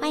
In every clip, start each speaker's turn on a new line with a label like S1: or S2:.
S1: 欢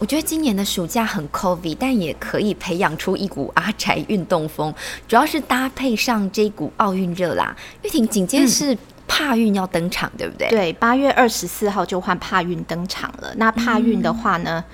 S2: 我觉得今年的暑假很 COVID，但也可以培养出一股阿宅运动风，主要是搭配上这股奥运热啦。玉婷紧接着是帕运要登场，对不对？
S3: 嗯对，八月二十四号就换帕运登场了。那帕运
S2: 嗯
S3: 的话呢，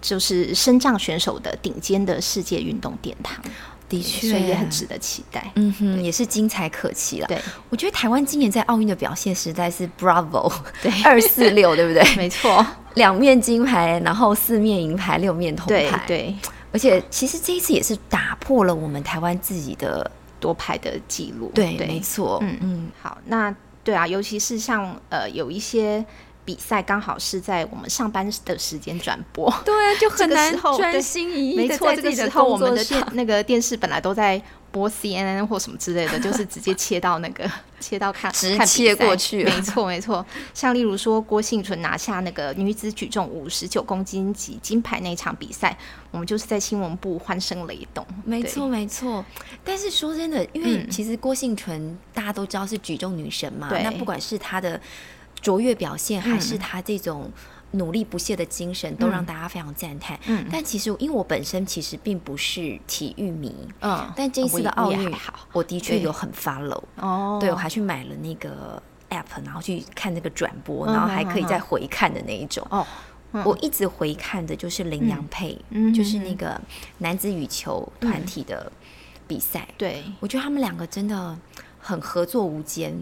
S3: 就是升降选手的顶尖的世界运动殿堂，
S2: 的
S3: 所以也很值得期待。
S2: 嗯哼，也是精彩可期了。
S3: 对，
S2: 我觉得台湾今年在奥运的表现实在是 Bravo，
S3: 对
S2: 二四六，对不对？
S3: 没错，
S2: 两面金牌，然后四面银牌，六面铜
S3: 对
S2: 牌。，
S3: 对，
S2: 而且其实这一次也是打破了我们台湾自己的。
S3: 夺牌的记录。
S2: 对，没错。嗯
S3: 嗯
S2: 嗯，
S3: 好，那对啊，尤其是像呃有一些比赛刚好是在我们上班的时间转播，
S2: 对啊，就很
S3: 这个
S2: 难
S3: 时候
S2: 专
S3: 对
S2: 心一意
S3: 没
S2: 的
S3: 错，
S2: 在自
S3: 这个
S2: 己
S3: 时
S2: 的
S3: 候
S2: 工
S3: 我们
S2: 作
S3: 的
S2: 上
S3: 电。那个电视本来都在播 CNN 或什么之类的，就是直接切到那个切到看
S2: 直
S3: 看比
S2: 切
S3: 赛
S2: 过去了
S3: 没错没错，像例如说郭幸存拿下那个女子举重五十九公斤级金牌那场比赛，我们就是在新闻部欢声雷动。
S2: 没
S3: 对
S2: 错，没错。但是说真的，因为
S3: 嗯
S2: 其实郭幸纯大家都知道是举重女神嘛，
S3: 对
S2: 那不管是她的卓越表现，还是
S3: 嗯
S2: 她这种努力不懈的精神，都让
S3: 嗯
S2: 大家非常赞叹。
S3: 嗯
S2: 但其实因为我本身其实并不是体育迷，
S3: 嗯，
S2: 但这一次的
S3: 我
S2: 奥
S3: 也我也
S2: 运
S3: 还好，
S2: 我的确
S3: 对
S2: 有很 follow。
S3: 哦，
S2: 对，我还去买了那个 app，然后去看那个转播，
S3: 嗯
S2: 然后还可以
S3: 嗯嗯
S2: 再回看的那一种。
S3: 哦，嗯
S2: 我一直回看的就是羚羊配，
S3: 嗯
S2: 就是
S3: 嗯
S2: 那个男子羽球团体的比赛。
S3: 对。
S2: 我觉得他们两个真的很合作无间。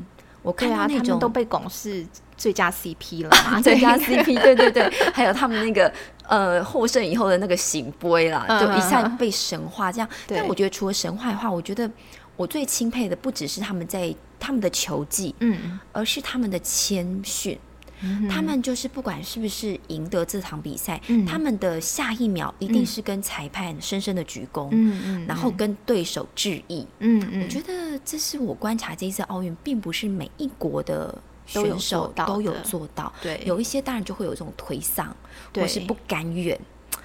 S2: 我看
S3: 对
S2: 到
S3: 啊，
S2: 那
S3: 他
S2: 种？
S3: 们都被拱是最佳 CP 了 嘛
S2: 最佳 CP，对对对，还有他们那个呃获胜以后的那个醒杯啦，
S3: 嗯
S2: 就一下
S3: 嗯嗯
S2: 被神话这样。
S3: 对
S2: 但我觉得除了神话的话，我觉得我最钦佩的不只是他们在他们的球技，
S3: 嗯，
S2: 而是他们的谦逊。他们就是不管是不是赢得这场比赛，
S3: 嗯
S2: 他们的下一秒一定是跟裁判深深的鞠躬，
S3: 嗯嗯，
S2: 然后跟对手致意。
S3: 嗯嗯，
S2: 我觉得这是我观察这一次奥运，并不是每一国的
S3: 都有
S2: 选手
S3: 做到
S2: 都有
S3: 的
S2: 做到，
S3: 对
S2: 有一些当然就会有一种颓丧，或
S3: 对
S2: 是不甘愿，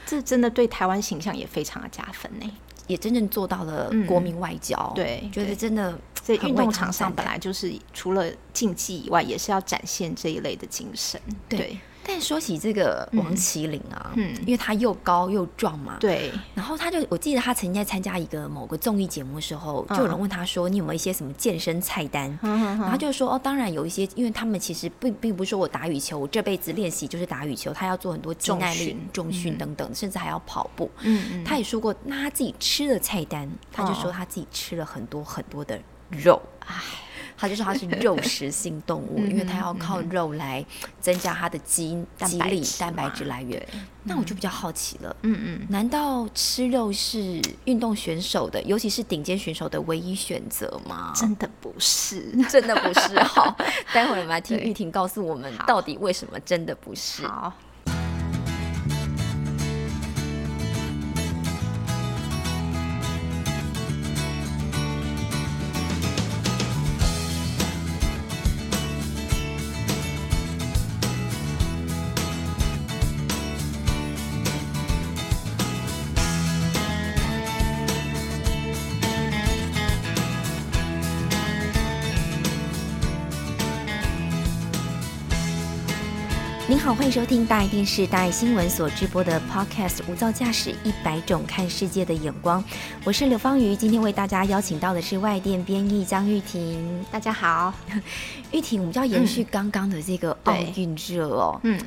S3: 这真的对台湾形象也非常的加分欸呢。
S2: 也真正做到了
S3: 嗯
S2: 国民外交。
S3: 对
S2: 觉得
S3: 对
S2: 真的
S3: 所以
S2: 很
S3: 运
S2: 为
S3: 动
S2: 他
S3: 场
S2: 们
S3: 上
S2: 赞
S3: 本
S2: 叹
S3: 来就是除了竞技以外，也是要展现这一类的精神。
S2: 对。但说起这个王麒麟啊，
S3: 嗯
S2: 因为他又高又壮嘛，
S3: 对，
S2: 然后他就，我记得他曾经在参加一个某个综艺节目的时候，
S3: 嗯
S2: 就有人问他说：“你有没有一些什么健身菜单？”
S3: 嗯
S2: 然后他就说：“哦，当然有一些，因为他们其实并并不是说我打羽球，我这辈子练习就是打羽球，他要做很多肌耐力、
S3: 重训
S2: 重训等等，甚至还要跑步。
S3: 嗯
S2: 他也说过，那他自己吃的菜单，他就说他自己吃了很多很多的
S3: 嗯
S2: 肉，他就说他是肉食性动物，
S3: 嗯
S2: 因为他要靠肉来增加他的肌
S3: 蛋
S2: 肌
S3: 白
S2: 力、
S3: 质
S2: 蛋白
S3: 嘛
S2: 质来源
S3: 对。
S2: 那我就比较好奇了，
S3: 嗯
S2: 难道吃肉是运动选手的，尤其是顶尖选手的唯一选择吗
S3: 嗯，？真的不是。哦
S2: 真的不是哈。 待会儿我们来听
S3: 对
S2: 玉婷告诉我们
S3: 好
S2: 到底为什么真的不是。
S3: 好，
S2: 您好，欢迎收听大爱电视、大爱新闻所直播的 Podcast《无噪驾驶一百种看世界的眼光》，我是刘芳瑜。今天为大家邀请到的是外电编译张玉婷。
S3: 大家好。 嗯
S2: 玉婷，我们就要延续刚刚的这个奥
S3: 对
S2: 运热哦，
S3: 嗯，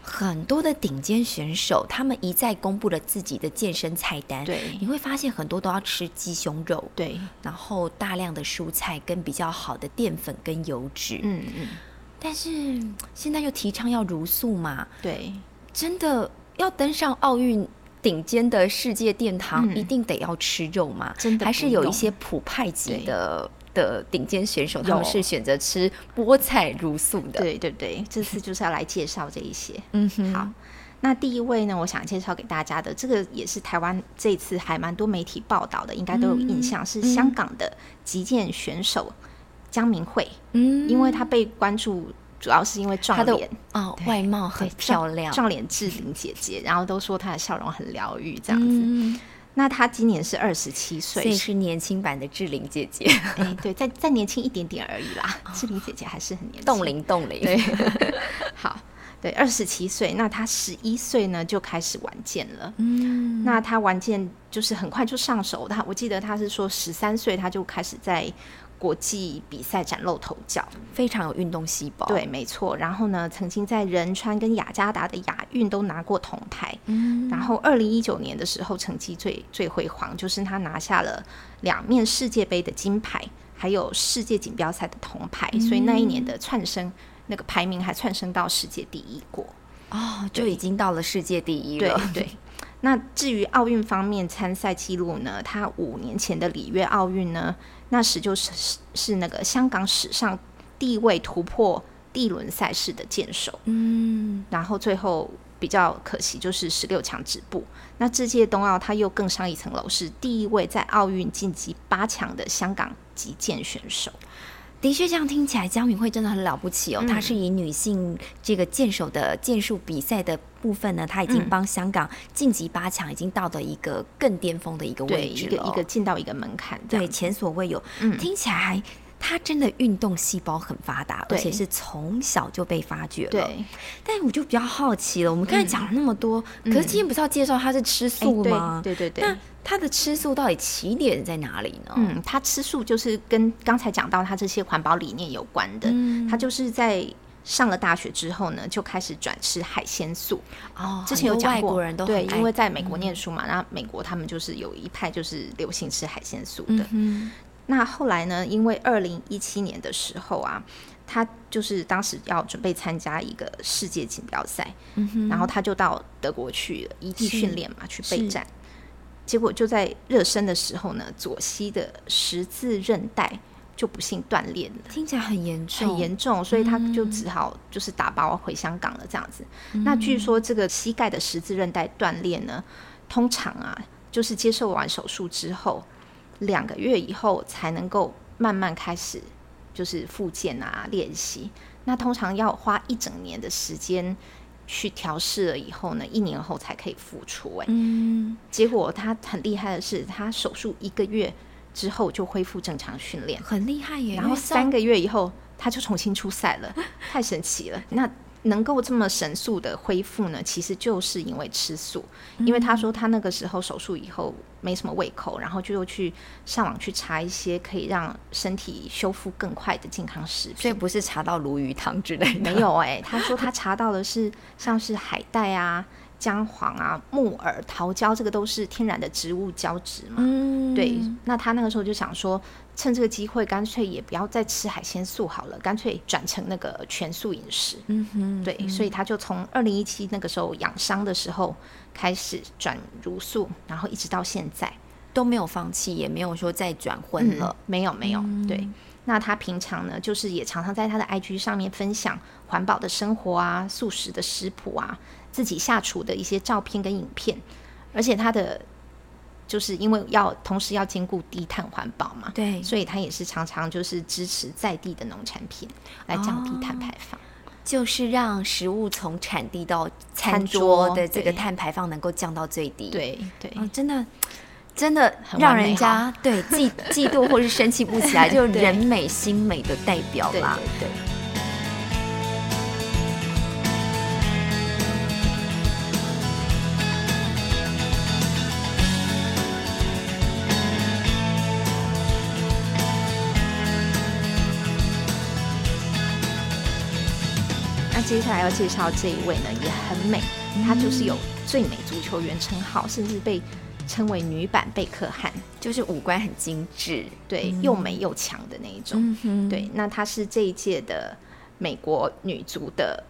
S2: 很多的顶尖选手，他们一再公布了自己的健身菜单，
S3: 对
S2: 你会发现很多都要吃鸡胸肉，
S3: 对，
S2: 然后大量的蔬菜跟比较好的淀粉跟油脂，
S3: 嗯嗯，
S2: 但是嗯现在又提倡要茹素嘛，
S3: 对
S2: 真的要登上奥运顶尖的世界殿堂，
S3: 嗯
S2: 一定得要吃肉吗？
S3: 真的
S2: 还
S3: 不
S2: 是有一
S3: 用
S2: 些普派级
S3: 对
S2: 的的顶尖选手，他们
S3: 有
S2: 是选择吃菠菜茹素的，
S3: 对对对，这次就是要来介绍这一些。
S2: 嗯哼，
S3: 好，那第一位呢，我想介绍给大家的，这个也是台湾这次还蛮多媒体报道的，应该都有印象，是香港的击剑选手江明慧，
S2: 嗯
S3: 因为她被关注。主要是因为撞
S2: 她的
S3: 脸，
S2: 哦
S3: 对
S2: 外貌很
S3: 对
S2: 漂
S3: 撞
S2: 亮，
S3: 撞脸志玲姐姐，然后都说她的笑容很疗愈这样子。
S2: 嗯，
S3: 那她今年是二十七
S2: 所
S3: 岁，
S2: 以是年轻版的志玲姐姐，
S3: 哎，对，再再年轻一点点而已啦。 志玲姐姐还是很年轻。
S2: 哦冻龄冻龄，
S3: 对，好，对，二十七岁，那她十一岁呢就开始玩剑了。
S2: 嗯，
S3: 那她玩剑就是很快就上手，她我记得她是说十三岁她就开始在国际比赛崭露头角。
S2: 非常有运动细胞，
S3: 对，没错。然后呢，曾经在仁川跟雅加达的亚运都拿过铜牌。
S2: 嗯，
S3: 然后，二零一九年的时候，成绩最最辉煌，就是她拿下了两面世界杯的金牌，还有世界锦标赛的铜牌，所以那一年的窜升那个排名还窜升到世界第一国。
S2: 哦，就已经到了世界第一
S3: 对
S2: 了，
S3: 对。那至于奥运方面参赛记录呢？她五年前的里约奥运呢，那时就是是是那个香港史上第一位突破第一轮赛事的剑手。
S2: 嗯，
S3: 然后最后比较可惜就是十六强止步。那这届冬奥，他又更上一层楼，是第一位在奥运晋级八强的香港击剑选手。
S2: 的确，这样听起来，江敏慧真的很了不起哦。
S3: 嗯
S2: 她是以女性这个剑手的剑术比赛的部分呢，她已经
S3: 嗯
S2: 帮香港晋级八强，已经到了一个更巅峰的一个
S3: 对，
S2: 位
S3: 一
S2: 置
S3: 个
S2: 了哦。
S3: 一个进到一个门槛这
S2: 对
S3: 样子。
S2: 前所未有，
S3: 嗯
S2: 听起来她真的运动细胞很发达，而
S3: 对
S2: 且是从小就被发掘了。
S3: 对，哎，
S2: 但我就比较好奇了，我们刚才讲了那么多，可是今天不是要介绍她是吃素
S3: 对
S2: 吗？
S3: 嗯哎对对对。
S2: 那她的吃素到底起点在哪里呢？
S3: 嗯，他吃素就是跟刚才讲到他这些环保理念有关的。
S2: 嗯
S3: 他就是在上了大学之后呢，就开始转吃海鲜素。
S2: 哦，
S3: 之前有
S2: 很多
S3: 讲
S2: 外
S3: 过，
S2: 国人都
S3: 对，
S2: 很爱嗯
S3: 因为在美国念书嘛，然后美国他们就是有一派就是流行吃海鲜素的。
S2: 嗯
S3: 那后来呢，因为二零一七年的时候啊，他就是当时要准备参加一个世界锦标赛，
S2: 嗯哼
S3: 然后他就到德国去了，异地
S2: 是
S3: 训练嘛，去
S2: 是
S3: 备战。结果就在热身的时候呢，左膝的十字韧带就不幸断裂了。
S2: 听起来很严重，
S3: 很严重，所以他就只好就是打包回香港了这样子。那据说这个膝盖的十字韧带断裂呢，通常啊就是接受完手术之后两个月以后才能够慢慢开始就是复健啊练习。那通常要花一整年的时间去调试了以后呢，一年后才可以复出、哎、
S2: 嗯，
S3: 结果他很厉害的是，他手术一个月之后就恢复正常训练。
S2: 很厉害耶。
S3: 然后三个月以后，他就重新出赛了，太神奇了。那能够这么神速的恢复呢，其实就是因为吃素。因为他
S2: 嗯
S3: 说他那个时候手术以后没什么胃口，然后就又去上网去查一些可以让身体修复更快的健康食
S2: 所以
S3: 品。
S2: 不是查到鲈鱼汤之类的，
S3: 没 有哎、他说他查到的是像是海带啊、姜黄啊、木耳、桃胶，这个都是天然的植物胶质嘛。
S2: 嗯，
S3: 对，那他那个时候就想说，趁这个机会，干脆也不要再吃海鲜素好了，干脆转成那个全素饮食。
S2: 嗯哼，
S3: 对，所以他就从二零一七那个时候养伤的时候开始转茹素，然后一直到现在。呃
S2: 都没有放弃，也没有说再转婚了。
S3: 没有没有，
S2: 嗯
S3: 对。那他平常呢，就是也常常在他的 IG 上面分享环保的生活啊、素食的食谱啊、自己下厨的一些照片跟影片，而且他的就是因为要同时要兼顾低碳环保嘛，
S2: 对
S3: 所以他也是常常就是支持在地的农产品来降低碳排放。
S2: 就是让食物从产地到餐
S3: 餐
S2: 桌
S3: 桌
S2: 的这个
S3: 对
S2: 碳排放能够降到最低。，
S3: 对对，
S2: 哦，真的。真的
S3: 很
S2: 让
S3: 完美
S2: 人家 对嫉嫉妒或是生气不起来，就是
S3: 对
S2: 人美心美的代表
S3: 对对
S2: 啦。
S3: 对。那接下来要介绍这一位呢，也很美，她就是有最美足球员称号，甚至被称为女版贝克汉，
S2: 就是五官很精致，
S3: 对，又美又强的那一种。
S2: 嗯哼，
S3: 对，那她是这一届的美国女足的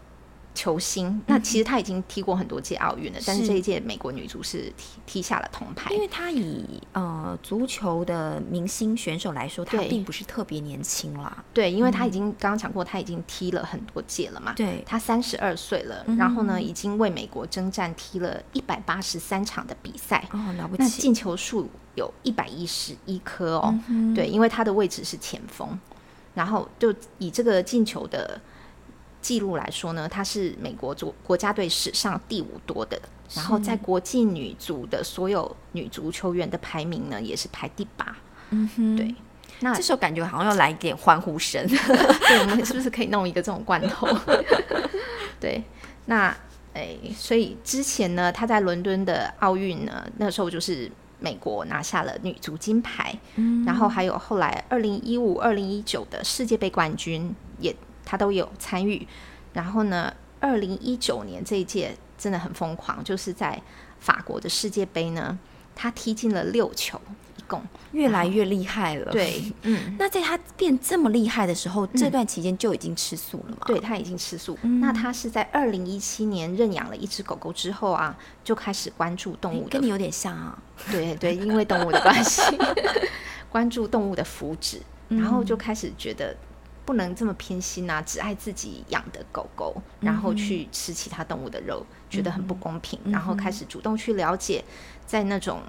S3: 球星，
S2: 嗯
S3: 那其实她已经踢过很多届奥运了，但是这一届美国女足是踢踢下了铜牌
S2: 因。为他以呃足球的明星选手来说，他
S3: 对
S2: 并不是特别年轻啦。
S3: 对，因为她已经刚刚讲过，她已经踢了很多届了嘛。
S2: 嗯对嗯
S3: 她三十二岁了，然后呢，已经为美国征战踢了一百八十三场的比赛，
S2: 哦，了不
S3: 那
S2: 起，嗯
S3: 进球数有一百一十一颗哦。对，因为她的位置是前锋，然后就以这个进球的记录来说呢，她是美国足国家队史上第五多的，然后在国际女足的所有女足球员的排名呢，也是排第八。
S2: 嗯哼，
S3: 对。那
S2: 这时候感觉好像要来一点欢呼声。
S3: 对，我们是不是可以弄一个这种罐头？ 对，那诶、所以之前呢，他在伦敦的奥运呢，那时候就是美国拿下了女足金牌，然后还有后来二零一五、二零一九的世界杯冠军也他都有参与，然后呢，二零一九年这一届真的很疯狂，就是在法国的世界杯呢，他踢进了六球，一共
S2: 越来越厉害了。，
S3: 对，嗯。
S2: 那在他变这么厉害的时候，这段期间就已经吃素了嘛？嗯
S3: 对，他已经吃素。那他是在二零一七年认养了一只狗狗之后啊，就开始关注动物的
S2: 跟你有点像啊。
S3: 对对，因为动物的关系， 关注动物的福祉，然后
S2: 嗯
S3: 就开始觉得不能这么偏心啊，只爱自己养的狗狗，然后
S2: 嗯
S3: 去吃其他动物的肉，觉得很不公平，然后开始主动去了解，在那种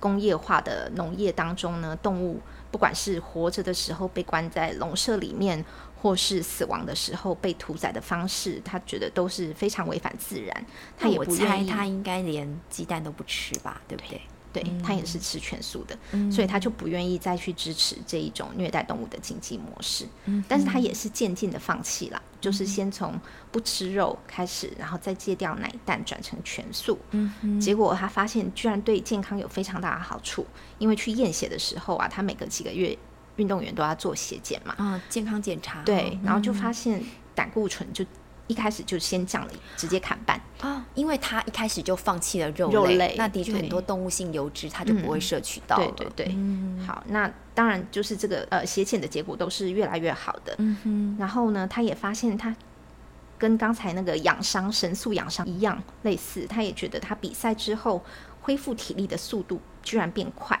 S3: 工业化的农业当中呢，动物不管是活着的时候被关在笼舍里面。或是死亡的时候被屠宰的方式，他觉得都是非常违反自然。他
S2: 那
S3: 也
S2: 我
S3: 不
S2: 猜
S3: 愿意
S2: 他应该连鸡蛋都不吃吧，对不对？
S3: 对、他也是吃全素的，所以他就不愿意再去支持这一种虐待动物的经济模式。但是他也是渐进的放弃啦，就是先从不吃肉开始，然后再戒掉奶蛋，转成全素。结果他发现居然对健康有非常大的好处，因为去验血的时候啊，他每隔几个月运动员都要做血检嘛，
S2: 啊、健康检查。嗯
S3: 对，然后就发现胆固醇就一开始就先降了，直接砍半。
S2: 啊、因为他一开始就放弃了肉类，嗯
S3: 肉类
S2: 那的确
S3: 对
S2: 很多动物性油脂它就不会摄取到了。
S3: 对对对，好，那当然就是这个呃血检的结果都是越来越好的。嗯哼。然后呢，他也发现他跟刚才那个养伤神速养伤一样类似，他也觉得他比赛之后恢复体力的速度居然变快，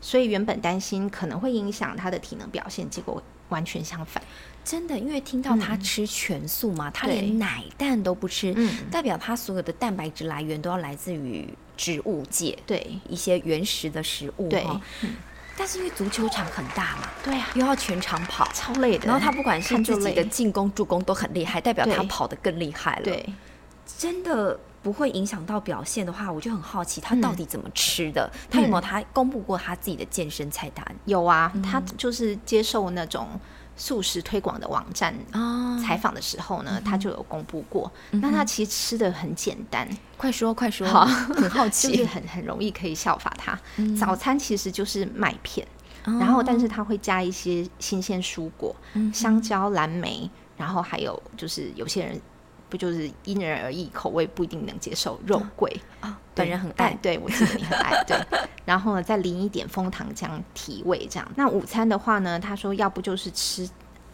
S3: 所以原本担心可能会影响他的体能表现，结果完全相反。
S2: 真的，因为听到他吃全素嘛，他
S3: 对
S2: 连奶蛋都不吃，
S3: 嗯
S2: 代表他所有的蛋白质来源都要来自于植物界，
S3: 对
S2: 一些原始的食物。
S3: 对
S2: 哦但是因为足球场很大嘛，
S3: 对啊，
S2: 又要全场跑，
S3: 超累的。
S2: 然后他不管是
S3: 看就
S2: 自己的
S3: 累
S2: 进攻、助攻都很厉害，代表他
S3: 对
S2: 跑得更厉害了。，
S3: 对。
S2: 真的不会影响到表现的话，我就很好奇他
S3: 嗯
S2: 到底怎么吃的，他有没有他公布过他自己的健身菜单
S3: 有啊，
S2: 嗯
S3: 他就是接受那种素食推广的网站
S2: 啊
S3: 采访的时候呢，他
S2: 嗯
S3: 就有公布过。那他其实吃的很简单，
S2: 快说快说，
S3: 好
S2: 很好奇。 嗯
S3: 就是很很容易可以效法他。早餐其实就是麦片，
S2: 哦嗯
S3: 然后但是他会加一些新鲜蔬果，香蕉、蓝莓，然后还有就是有些人。不就是因人而异，口味不一定能接受肉桂。
S2: 啊，
S3: 对
S2: 本人很
S3: 哎
S2: 爱，
S3: 对我记得你很 爱，对。然后呢，再淋一点枫糖浆提味，这样。那午餐的话呢，他说要不就是吃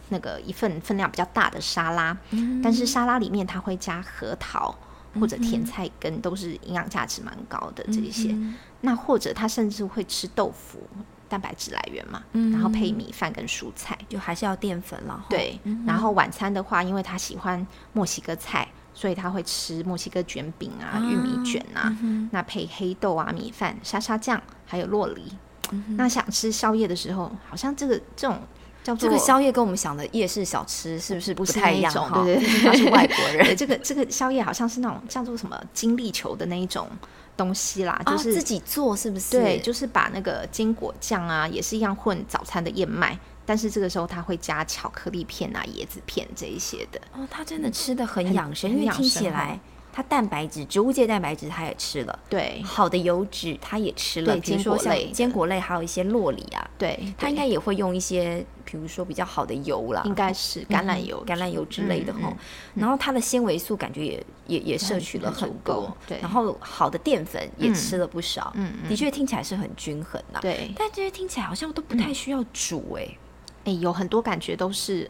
S3: 那个一份分量比较大的沙拉，
S2: 嗯
S3: 但是沙拉里面它会加核桃或者甜菜根，都是营养价值蛮高的这一些。
S2: 嗯
S3: 那或者他甚至会吃豆腐，蛋白质来源嘛，
S2: 嗯
S3: 然后配米饭跟蔬菜。
S2: 就还是要淀粉了哈。
S3: 对，然后晚餐的话，因为他喜欢墨西哥菜，所以他会吃墨西哥卷饼啊、玉米卷
S2: 嗯
S3: 啊，那配黑豆啊、米饭、沙沙酱，还有洛梨。
S2: 嗯
S3: 那想吃宵夜的时候，好像这个这种叫做
S2: 这个宵夜跟我们想的夜市小吃是不是
S3: 不
S2: 不
S3: 是
S2: 太
S3: 那
S2: 一
S3: 一
S2: 样
S3: 种
S2: 哈？，
S3: 对
S2: 毕
S3: 对
S2: 竟
S3: 对，
S2: 他是外国
S3: 对
S2: 人，
S3: 这个这个宵夜好像是那种叫做什么精力球的那一种东西啦，
S2: 哦
S3: 就是、
S2: 自己做是不是？
S3: 对，就是把那个坚果酱啊，也是一样混早餐的燕麦，但是这个时候他会加巧克力片啊、椰子片这一些的。
S2: 哦，他真的吃的很养生，
S3: 很
S2: 因为
S3: 养
S2: 听起
S3: 生哈
S2: 来他蛋白质，植物界蛋白质他也吃了，
S3: 对
S2: 好的油脂他也吃了，
S3: 对
S2: 比如说
S3: 坚果
S2: 像
S3: 类的
S2: 坚果类，还有一些洛里啊，
S3: 对，
S2: 他应该也会用一些，比如说比较好的油啦，
S3: 应该是橄榄油、
S2: 嗯橄榄油之类的
S3: 嗯
S2: 哈、然后它的纤维素感觉也也也摄取了
S3: 很
S2: 很
S3: 足
S2: 多
S3: 够，对
S2: 然后好的淀粉也吃了不少，
S3: 嗯嗯
S2: 的确听起来是很均衡呐、
S3: 对，嗯
S2: 但这些听起来好像都不太需要煮哎、
S3: 哎、有很多感觉都是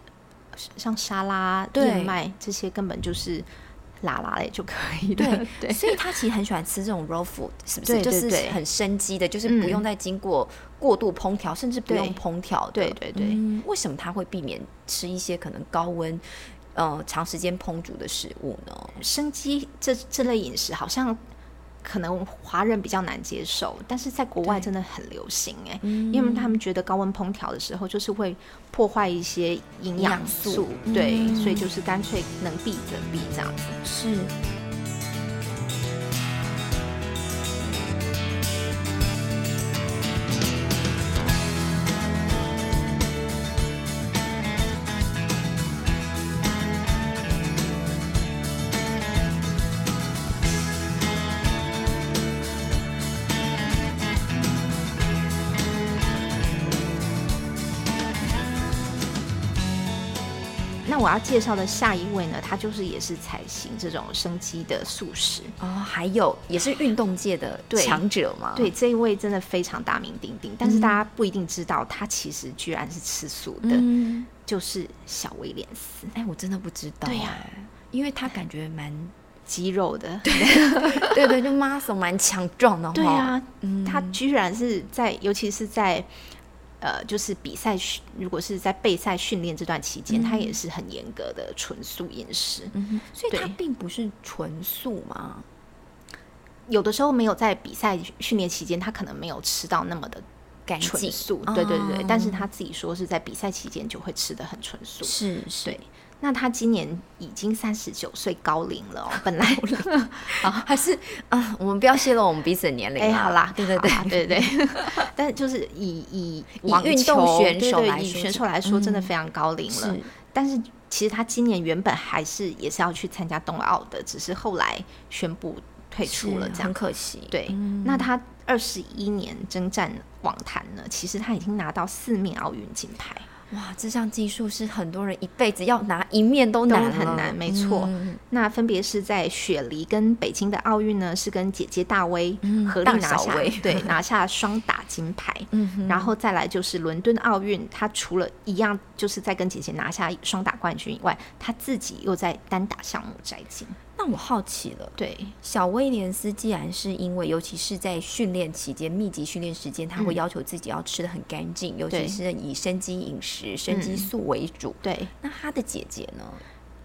S3: 像沙拉、
S2: 对
S3: 燕麦这些，根本就是拉拉类就可以了。
S2: 对
S3: 对，
S2: 所以他其实很喜欢吃这种 raw food，是不是？
S3: 对对
S2: 就是
S3: 对
S2: 很生机的，就是
S3: 嗯
S2: 不用再经过过度烹调，甚至不用
S3: 对
S2: 烹调的。
S3: 对对对
S2: 嗯为什么他会避免吃一些可能高温、呃长时间烹煮的食物呢？
S3: 生机这这类饮食好像可能华人比较难接受，但是在国外
S2: 对嗯
S3: 真的很流行哎、因为他们觉得高温烹调的时候就是会破坏一些营养素，
S2: 营养素
S3: 对，
S2: 嗯
S3: 所以就是干脆能避则避这样子。
S2: 是。
S3: 那我要介绍的下一位呢，他就是也是采行这种生机的素食，
S2: 哦，还有也是运动界的
S3: 对
S2: 强者嘛？
S3: 对，这一位真的非常大名鼎鼎，
S2: 嗯
S3: 但是大家不一定知道，他其实居然是吃素的，
S2: 嗯，
S3: 就是小威廉斯，
S2: 哎，我真的不知道。
S3: 对呀
S2: 哎因为他感觉蛮，
S3: 肌肉的， 哦
S2: 对对，就 muscle 蛮强壮的哈。
S3: 对啊，
S2: 嗯，
S3: 他居然是在，尤其是在呃，就是比赛训，如果是在备赛训练这段期间，他也是很严格的纯素饮食。
S2: 嗯嗯哼，所以他
S3: 对
S2: 并不是纯素嘛。
S3: 有的时候没有在比赛训练期间，他可能没有吃到那么的
S2: 干
S3: 纯
S2: 净
S3: 素，对对对。
S2: 哦
S3: 但是他自己说是在比赛期间就会吃的很纯素。
S2: 是是
S3: 对，那他今年已经三十九岁高龄了 哦，本来
S2: 啊，还是啊，我们不要泄露我们彼此的年龄 啊
S3: 哎、好 啦，
S2: 对对
S3: 好
S2: 对
S3: 啦，对 对对。但就是以以
S2: 以
S3: 网
S2: 运动
S3: 球
S2: 选
S3: 对
S2: 手
S3: 对
S2: 来
S3: 以
S2: 说
S3: 选
S2: 是
S3: 手来说，真的
S2: 嗯
S3: 非常高龄了。
S2: 是
S3: 但是其实他今年原本还是也是要去参加冬奥的，只是后来宣布退出了，
S2: 是
S3: 这
S2: 很
S3: 样。
S2: 可惜。
S3: 对，
S2: 嗯
S3: 那他二十一年征战网坛呢，其实他已经拿到四面奥运金牌，
S2: 哇，这项技术是很多人一辈子要拿一面都
S3: 都
S2: 难了，
S3: 很难没错
S2: 嗯
S3: 那分别是在雪梨跟北京的奥运呢，是跟姐姐大威
S2: 嗯
S3: 合力
S2: 大
S3: 拿
S2: 嫂
S3: 下
S2: 薇，
S3: 对，拿下双打金牌。
S2: 嗯哼，
S3: 然后再来就是伦敦奥运，他除了一样就是在跟姐姐拿下双打冠军以外，他自己又在单打项目摘金。
S2: 那我好奇了。
S3: 对，
S2: 小威廉斯既然是因为，尤其是在训练期间、密集训练时间，他会
S3: 嗯
S2: 要求自己要吃的很干净，尤其
S3: 对
S2: 是以生机饮食、生机
S3: 嗯
S2: 素为主。
S3: 对
S2: 那他的姐姐呢？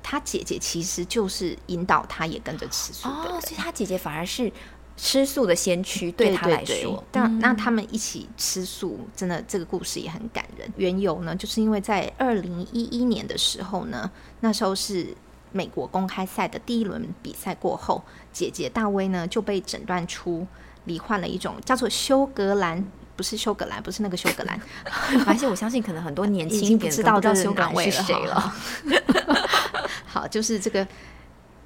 S3: 他姐姐其实就是引导他也跟着吃素的人。
S2: 哦，所以他姐姐反而是吃素的先驱，
S3: 对
S2: 他来
S3: 对对
S2: 说，嗯
S3: 但、那他们一起吃素，真的这个故事也很感人。缘由呢，就是因为在二零一一年的时候呢，那时候是美国公开赛的第一轮比赛过后，姐姐大威呢就被诊断出罹患了一种叫做休格兰，不是休格兰，不是那个休格兰，
S2: 而且我相信可能很多年轻
S3: 已
S2: 一
S3: 经
S2: 点
S3: 不
S2: 的
S3: 知
S2: 可能
S3: 道
S2: 呃不知道修改
S3: 这哪位
S2: 是
S3: 了
S2: 谁
S3: 哈
S2: 了。
S3: 好，就是这个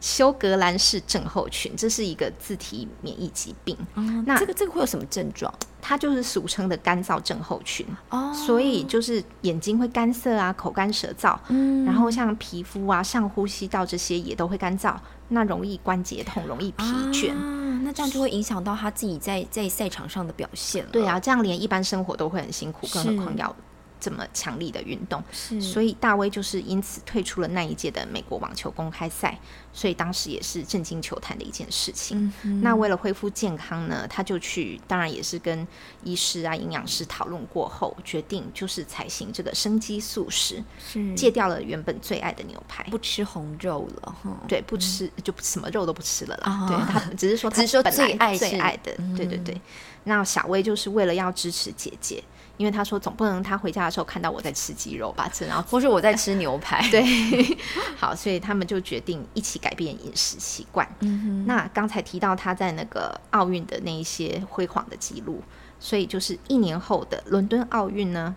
S3: 休格兰氏症候群，这是一个自体免疫疾病，
S2: 那
S3: 那
S2: 哦 这个这个会有什么症状？
S3: 它就是俗称的干燥症候群。
S2: 哦
S3: 所以就是眼睛会干涩啊，口干舌燥，
S2: 嗯
S3: 然后像皮肤啊、上呼吸道这些也都会干燥，那容易关节痛，容易疲倦。
S2: 啊，那这样就会影响到他自己在在赛场上的表现了。
S3: 对，啊，这样连一般生活都会很辛苦，更
S2: 是
S3: 何况要这么强力的运动。
S2: 是，
S3: 所以大威就是因此退出了那一届的美国网球公开赛，所以当时也是震惊球坛的一件事情。
S2: 嗯哼
S3: 那为了恢复健康呢，他就去，当然也是跟医师啊、营养师讨论过后，决定就是采行这个生机素食。
S2: 是
S3: 戒掉了原本最爱的牛排，
S2: 嗯不吃红肉了哈。
S3: 对，不吃就不什么肉都不吃了啦。
S2: 啊
S3: 对 他只是说他
S2: 只是说
S3: 本
S2: 最爱
S3: 来最
S2: 是嗯
S3: 爱的，对对对。那小薇就是为了要支持姐姐，因为她说总不能她回家的时候看到我在吃鸡肉吧，这然后
S2: 或是我在吃牛排， 对，
S3: 对，好，所以他们就决定一起改变饮食习惯。
S2: 嗯
S3: 那刚才提到他在那个奥运的那一些辉煌的记录，所以就是一年后的伦敦奥运呢，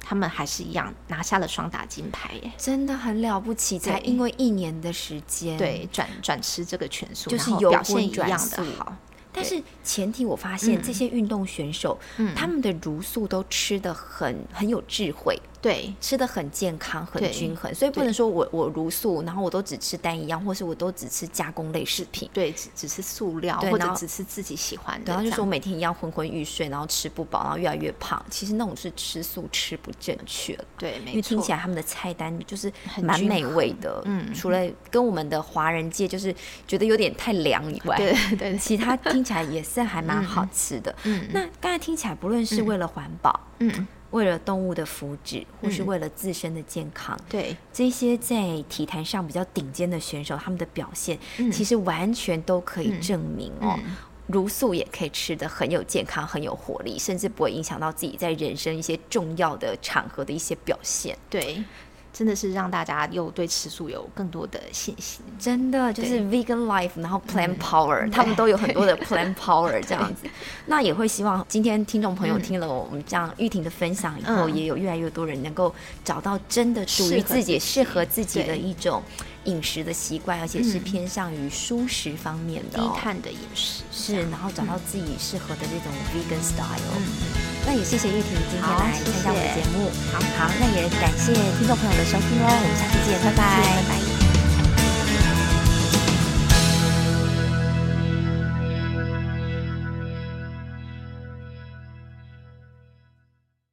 S3: 他们还是一样拿下了双打金牌耶。
S2: 真的很了不起，才
S3: 对
S2: 因为一年的时间，
S3: 对，转转吃这个全素，
S2: 就是
S3: 然后
S2: 由
S3: 表
S2: 荤
S3: 现一
S2: 转
S3: 样
S2: 素
S3: 的好。
S2: 但
S3: 对
S2: 是前提我发现
S3: 嗯
S2: 这些运动选手，
S3: 嗯
S2: 他们的茹素都吃的很很有智慧，
S3: 对
S2: 吃的很健康、很
S3: 对
S2: 均衡，所以不
S3: 对
S2: 能说我我如素，然后我都只吃单一样，或是我都只吃加工类食品。
S3: 对，只只是塑料
S2: 对
S3: 或
S2: 然
S3: 者
S2: 后
S3: 只是自己喜欢的这
S2: 然
S3: 样，
S2: 后就说每天一样昏昏欲睡，然后吃不饱，然后越来越胖。其实那种是吃素吃不正确的，
S3: 对，没
S2: 因为听
S3: 错
S2: 起来他们的菜单就是
S3: 很
S2: 蛮
S3: 均
S2: 美味的。
S3: 嗯
S2: 除了跟我们的华人界就是觉得有点太凉以外，
S3: 对对对，
S2: 其他听起来也是还蛮好吃的。
S3: 嗯
S2: 那刚才听起来，不论是为了环保，
S3: 嗯
S2: 为了动物的福祉，或是
S3: 嗯
S2: 为了自身的健康，
S3: 对
S2: 这些在体坛上比较顶尖的选手，他们的表现、
S3: 嗯
S2: 其实完全都可以证明哦。
S3: 嗯
S2: 茹素也可以吃的很有健康，很有活力，甚至不会影响到自己在人生一些重要的场合的一些表现。
S3: 对，真的是让大家又对吃素有更多的信心。
S2: 真的就是 vegan life，然
S3: 嗯
S2: 后 plan power，、他们都有很多 的 plan power 这样子。那也会希望今天听众朋友听了我们这样玉婷的分享以后，
S3: 嗯
S2: 也有越来越多人能够找到真的属于
S3: 适合
S2: 自己、适合自己的
S3: 对
S2: 一种饮食的习惯，而且是偏向于舒适方面的、
S3: 嗯低
S2: 哦。
S3: 碳的饮食
S2: 是，然后找到自己适合的这种 vegan style。
S3: 嗯
S2: 那也谢谢玉婷今天
S3: 好
S2: 来参加我的
S3: 谢谢
S2: 节目。
S3: 好
S2: 哦好，那也感谢听众朋友的收听喽，我们下次见，拜拜，
S3: 拜拜。